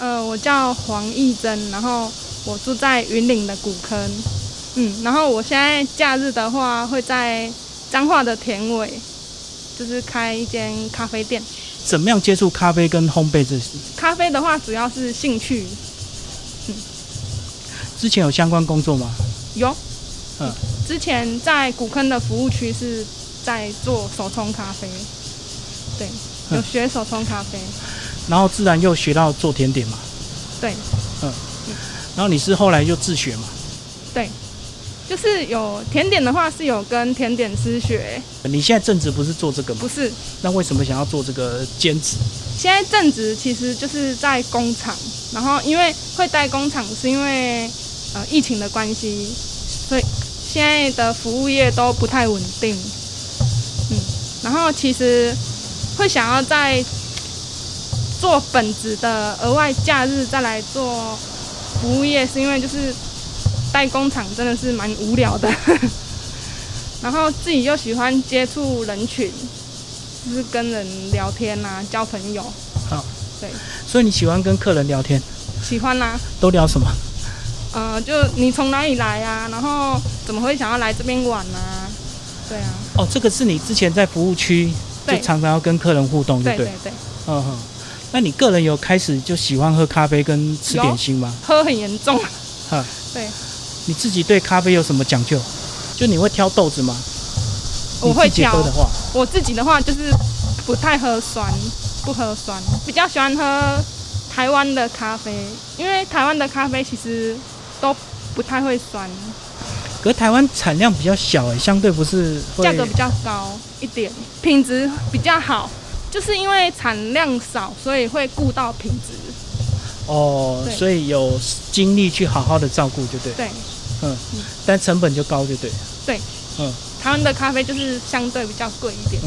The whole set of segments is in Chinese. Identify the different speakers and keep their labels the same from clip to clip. Speaker 1: 呃我叫黄义珍，然后我住在云岭的古坑，嗯，然后我现在假日的话会在彰化的田尾，就是开一间咖啡店。
Speaker 2: 怎么样接触咖啡跟烘焙这些？
Speaker 1: 咖啡的话主要是兴趣，
Speaker 2: 之前有相关工作吗？
Speaker 1: 有，
Speaker 2: 嗯，
Speaker 1: 之前在古坑的服务区是在做手冲咖啡，对，有
Speaker 2: 嗯
Speaker 1: 学手冲咖啡，
Speaker 2: 然后自然又学到做甜点嘛。
Speaker 1: 对。
Speaker 2: 嗯。然后你是后来就自学嘛？
Speaker 1: 就是有甜点的话是有跟甜点师学，
Speaker 2: 你现在正职不是做这个吗
Speaker 1: 不？是，
Speaker 2: 那为什么想要做这个兼职？
Speaker 1: 现在正职其实就是在工厂，然后因为会待工厂是因为呃疫情的关系，所以现在的服务业都不太稳定。嗯，然后其实会想要在做本职的额外假日再来做服务业，是因为就是待工厂真的是蛮无聊的， 然后自己又喜欢接触人群，就是跟人聊天啊，交朋友，
Speaker 2: 所以你喜欢跟客人聊天，
Speaker 1: 喜欢啦、
Speaker 2: 都聊什么？
Speaker 1: 呃，就你从哪里来啊？然后怎么会想要来这边玩啊？对啊，
Speaker 2: 哦，这个是你之前在服务区就
Speaker 1: 对
Speaker 2: 常常要跟客人互动，对
Speaker 1: 对
Speaker 2: 不对
Speaker 1: 对？对，
Speaker 2: 嗯哼。那你个人有开始就喜欢喝咖啡跟吃
Speaker 1: 有
Speaker 2: 点心吗？
Speaker 1: 喝很严重，啊
Speaker 2: 你自己对咖啡有什么讲究？就你会挑豆子吗？
Speaker 1: 我会
Speaker 2: 你自己喝
Speaker 1: 挑
Speaker 2: 的。话，
Speaker 1: 我自己的话就是不太喝酸，不喝酸，比较喜欢喝台湾的咖啡，因为台湾的咖啡其实都不太会酸，
Speaker 2: 可是台湾产量比较小哎，相对不是会
Speaker 1: 价格比较高一点，品质比较好。就是因为产量少，所以会顾到品质。
Speaker 2: 哦，
Speaker 1: 对
Speaker 2: 所以有精力去好好的照顾，就对。
Speaker 1: 对，
Speaker 2: 但成本就高，就对。
Speaker 1: 台湾的咖啡就是相对比较贵一点。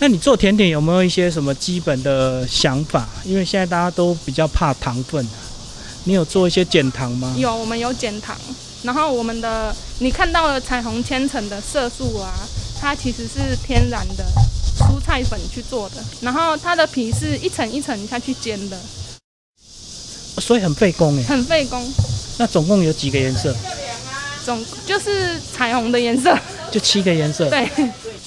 Speaker 2: 那你做甜点有没有一些什么基本的想法？因为现在大家都比较怕糖分，啊你有做一些减糖吗？
Speaker 1: 有，我们有减糖，然后我们的你看到的彩虹千层的色素啊，它其实是天然的蔬菜粉去做的，然后它的皮是一层一层下去煎的，
Speaker 2: 所以很费工哎。
Speaker 1: 很费工。
Speaker 2: 那总共有几个颜色？
Speaker 1: 总就是彩虹的颜色，
Speaker 2: 就七个颜色。
Speaker 1: 对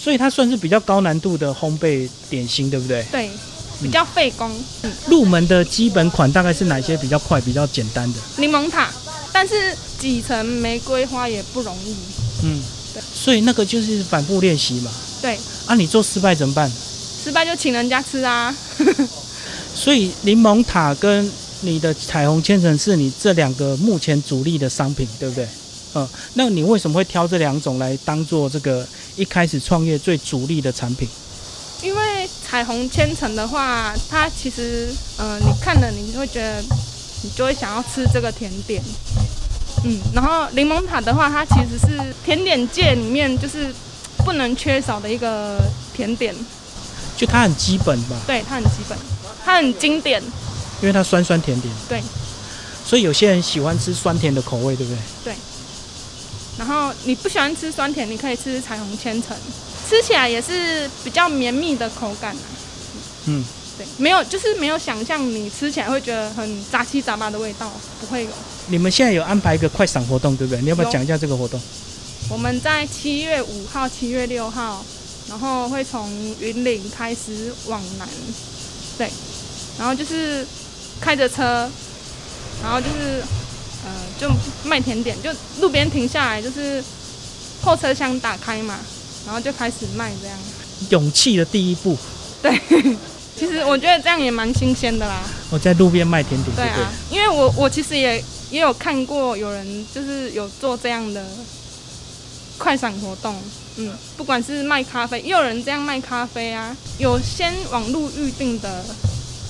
Speaker 2: 所以它算是比较高难度的烘焙点心，对不对？
Speaker 1: 对，比较费工。
Speaker 2: 入门的基本款大概是哪些比较快、比较简单的？
Speaker 1: 柠檬塔，但是几层玫瑰花也不容易，
Speaker 2: 嗯
Speaker 1: 对，
Speaker 2: 所以那个就是反复练习嘛。
Speaker 1: 对。
Speaker 2: 啊，你做失败怎么办？
Speaker 1: 失败就请人家吃啊。
Speaker 2: 所以柠檬塔跟你的彩虹千层是你这两个目前主力的商品，对不对？嗯，那你为什么会挑这两种来当做这个一开始创业最主力的产品？
Speaker 1: 因为彩虹千层的话，它其实，嗯、你看了你会觉得，你就会想要吃这个甜点，嗯，然后柠檬塔的话，它其实是甜点界里面就是不能缺少的一个甜点，
Speaker 2: 就它很基本吧，
Speaker 1: 对，它很基本，它很经典，
Speaker 2: 因为它酸酸甜甜。
Speaker 1: 对。
Speaker 2: 所以有些人喜欢吃酸甜的口味，对不对？
Speaker 1: 然后你不喜欢吃酸甜，你可以吃彩虹千层，吃起来也是比较绵密的口感、啊、
Speaker 2: 嗯，
Speaker 1: 对，没有就是没有想象你吃起来会觉得很杂七杂八的味道，不会有。
Speaker 2: 你们现在有安排一个快闪活动，对不对？你要不要
Speaker 1: 有
Speaker 2: 讲一下这个活动？
Speaker 1: 我们在七月五号、七月六号，然后会从云岭开始往南，对，然后就是开着车，然后就是呃，就卖甜点，就路边停下来，就是后车厢打开嘛，然后就开始卖这样。
Speaker 2: 勇气的第一步，
Speaker 1: 对，其实我觉得这样也蛮新鲜的啦。
Speaker 2: 我哦在路边卖甜点，
Speaker 1: 对
Speaker 2: 对不对？
Speaker 1: 啊，因为我我其实也也有看过有人就是有做这样的快闪活动，嗯，不管是卖咖啡，也有人这样卖咖啡啊，有先网络预定的，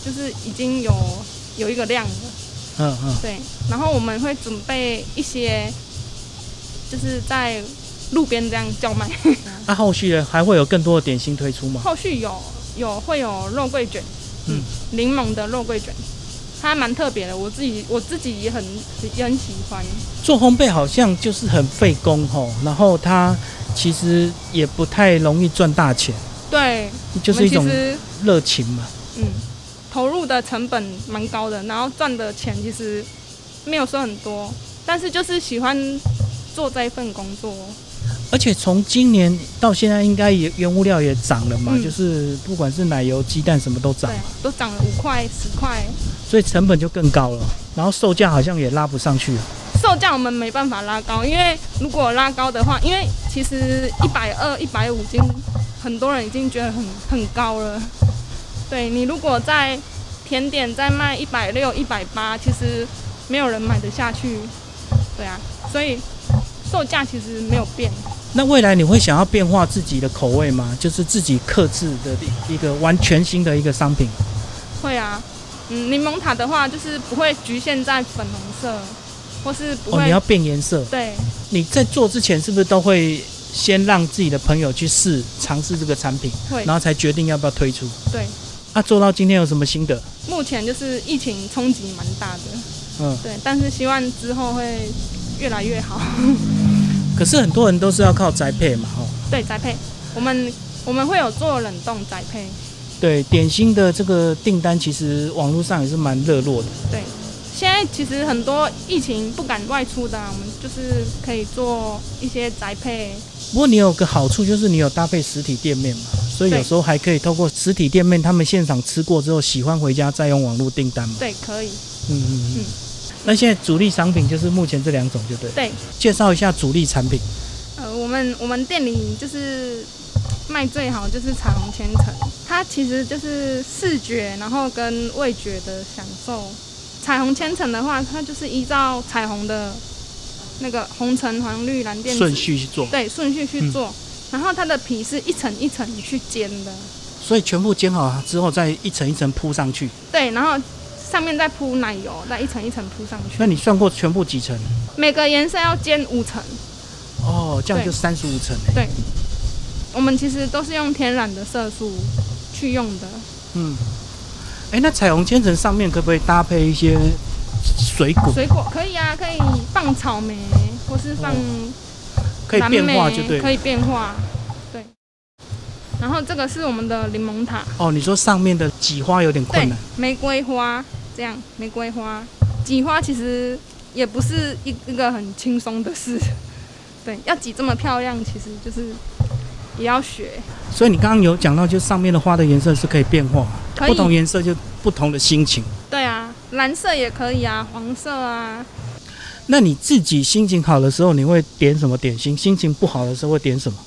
Speaker 1: 就是已经有有一个量了，
Speaker 2: 嗯嗯。
Speaker 1: 对，然后我们会准备一些，就是在路边这样叫卖，
Speaker 2: 那、啊后续呢，还会有更多的点心推出吗？
Speaker 1: 后续有有会有肉桂卷，
Speaker 2: 嗯
Speaker 1: 嗯，柠檬的肉桂卷，它蛮特别的，我自己我自己也很也很喜欢。
Speaker 2: 做烘焙好像就是很费工吼，然后它其实也不太容易赚大钱，
Speaker 1: 对，
Speaker 2: 就
Speaker 1: 我
Speaker 2: 是
Speaker 1: 们
Speaker 2: 一
Speaker 1: 其
Speaker 2: 种
Speaker 1: 实
Speaker 2: 热情嘛。
Speaker 1: 嗯，投入的成本蛮高的，然后赚的钱其实没有说很多，但是就是喜欢做这一份工作。
Speaker 2: 而且从今年到现在，应该也原物料也涨了嘛，
Speaker 1: 嗯
Speaker 2: 就是不管是奶油、鸡蛋什么都涨
Speaker 1: 对，，都涨了五块、十块，
Speaker 2: 所以成本就更高了，然后售价好像也拉不上去了。
Speaker 1: 售价我们没办法拉高，因为如果拉高的话，因为其实一百二、一百五已经很多人已经觉得很很高了。对你如果在甜点再卖一百六、一百八，其实没有人买得下去。对啊，所以售价其实没有变。
Speaker 2: 那未来你会想要变化自己的口味吗？就是自己克制的一个完全新的一个商品。哦
Speaker 1: 会啊，嗯，柠檬塔的话就是不会局限在粉红色，或是不
Speaker 2: 哦，
Speaker 1: 会、
Speaker 2: 你要变颜色。
Speaker 1: 对
Speaker 2: 你在做之前是不是都会先让自己的朋友去试尝试这个产品，
Speaker 1: 会
Speaker 2: 然后才决定要不要推出？
Speaker 1: 对。
Speaker 2: 啊，做到今天有什么心得？
Speaker 1: 目前就是疫情冲击蛮大的。
Speaker 2: 嗯，
Speaker 1: 对，但是希望之后会越来越好。
Speaker 2: 可是很多人都是要靠栽培嘛，哦，
Speaker 1: 对，栽培，我们我们会有做冷冻栽培，
Speaker 2: 对，点心的这个订单其实网络上也是蛮热络的。
Speaker 1: 对。现在其实很多疫情不敢外出的啊、我们就是可以做一些宅配，
Speaker 2: 不过你有个好处就是你有搭配实体店面嘛，所以有
Speaker 1: 对
Speaker 2: 时候还可以透过实体店面他们现场吃过之后喜欢回家再用网络订单嘛。
Speaker 1: 对，可以，
Speaker 2: 嗯嗯嗯
Speaker 1: 嗯。
Speaker 2: 那现在主力商品就是目前这两种，就对。
Speaker 1: 对。
Speaker 2: 介绍一下主力产品。
Speaker 1: 呃，我们我们店里就是卖最好就是彩虹千层，它其实就是视觉，然后跟味觉的享受。彩虹千层的话，它就是依照彩虹的那个红橙黄绿蓝靛紫
Speaker 2: 顺序去做，
Speaker 1: 对顺序去做，
Speaker 2: 嗯
Speaker 1: 然后它的皮是一层一层去煎的，
Speaker 2: 所以全部煎好之后，再一层一层铺上去。
Speaker 1: 对，然后上面再铺奶油，再一层一层铺上
Speaker 2: 那
Speaker 1: 去，
Speaker 2: 你算过全部几层？
Speaker 1: 每个颜色要煎五层。
Speaker 2: 哦，这样
Speaker 1: 对
Speaker 2: 就三十五层欸
Speaker 1: 对，我们其实都是用天然的色素去用的，
Speaker 2: 嗯，哎、那彩虹千层上面可不可以搭配一些水果？
Speaker 1: 水果可以啊，可以放草莓，或是放
Speaker 2: 哦可以
Speaker 1: 蓝莓，
Speaker 2: 变化就对了。
Speaker 1: 可以变化，对。然后这个是我们的柠檬塔，
Speaker 2: 哦，你说上面的挤花有点困
Speaker 1: 对
Speaker 2: 难，，
Speaker 1: 玫瑰花这样，玫瑰花挤花其实也不是一一个很轻松的事， 对，要挤这么漂亮，其实就是也要学，
Speaker 2: 所以你刚刚有讲到，就上面的花的颜色是可以变化，
Speaker 1: 可
Speaker 2: 不同
Speaker 1: 以，
Speaker 2: 颜色就不同的心情。
Speaker 1: 对啊，蓝色也可以啊，黄色啊，
Speaker 2: 那你自己心情好的时候，你会点什么点心？心情不好的时候会点什么？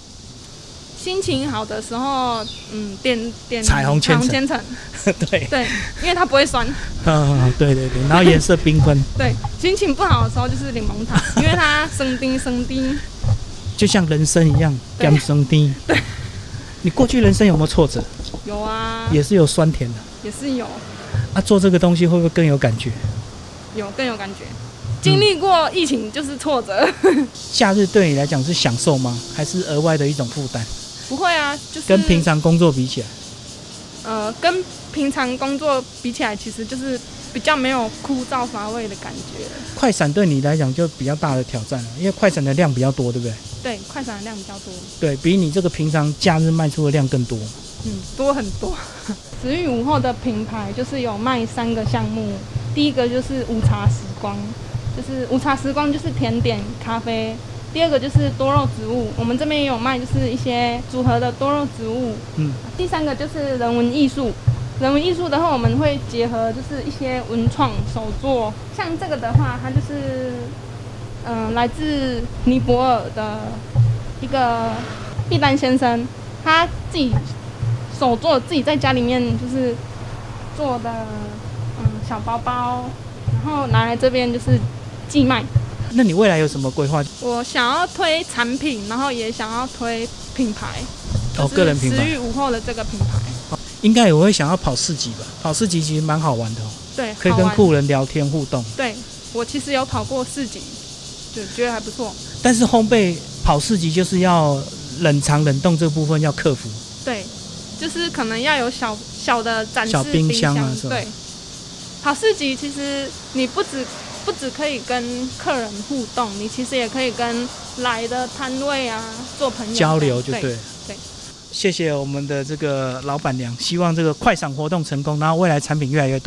Speaker 1: 心情好的时候，嗯，点点
Speaker 2: 彩虹千层
Speaker 1: 千层，
Speaker 2: 对，
Speaker 1: 对，因为它不会酸。
Speaker 2: 嗯，对对对，然后颜色缤纷，
Speaker 1: 对，心情不好的时候就是柠檬 塔，因为它生丁生丁，
Speaker 2: 就像人生一样，
Speaker 1: 对
Speaker 2: 甘生低。你过去人生有没有挫折？
Speaker 1: 有啊，
Speaker 2: 也是有酸甜的。
Speaker 1: 也是有
Speaker 2: 啊，做这个东西会不会更有感觉？
Speaker 1: 有更有感觉。经历过疫情就是挫折，
Speaker 2: 假日对你来讲是享受吗？还是额外的一种负担？
Speaker 1: 不会啊，就是
Speaker 2: 跟平常工作比起来，
Speaker 1: 呃跟平常工作比起来，其实就是比较没有枯燥乏味的感觉。
Speaker 2: 快闪对你来讲就比较大的挑战了，因为快闪的量比较多，对不对？
Speaker 1: 对，快闪的量比较多，
Speaker 2: 对比你这个平常假日卖出的量更多。
Speaker 1: 嗯，多很 多。子玉午后的品牌就是有卖三个项目，第一个就是无茶时光，就是无茶时光就是甜点、咖啡；第二个就是多肉植物，我们这边也有卖，就是一些组合的多肉植物。
Speaker 2: 嗯，
Speaker 1: 第三个就是人文艺术，人文艺术的话，我们会结合就是一些文创手作，像这个的话，它就是嗯、呃来自尼泊尔的一个毕丹先生，他自己手做，自己在家里面就是做的嗯小包包，然后拿来这边就是寄卖。
Speaker 2: 那你未来有什么规划？
Speaker 1: 我想要推产品，然后也想要推品牌，
Speaker 2: 哦，
Speaker 1: 就是
Speaker 2: 个人品
Speaker 1: 食
Speaker 2: 牌
Speaker 1: 欲午后的这个品牌。
Speaker 2: 应该也会想要跑市集吧？跑市集其实蛮好玩的、哦，
Speaker 1: 对，
Speaker 2: 可以
Speaker 1: 好
Speaker 2: 跟
Speaker 1: 玩
Speaker 2: 酷人聊天互动。
Speaker 1: 对我其实有跑过市集，就觉得还不错。
Speaker 2: 但是烘焙跑市集就是要冷藏冷冻这部分要克服。
Speaker 1: 对，就是可能要有小小的展示
Speaker 2: 小冰箱啊是吧
Speaker 1: 对，跑市集其实你不只不只可以跟客人互动，你其实也可以跟来的摊位啊做朋友
Speaker 2: 交流就
Speaker 1: 对。
Speaker 2: 对。
Speaker 1: 对
Speaker 2: 谢谢我们的这个老板娘，希望这个快闪活动成功，然后未来产品越来越多。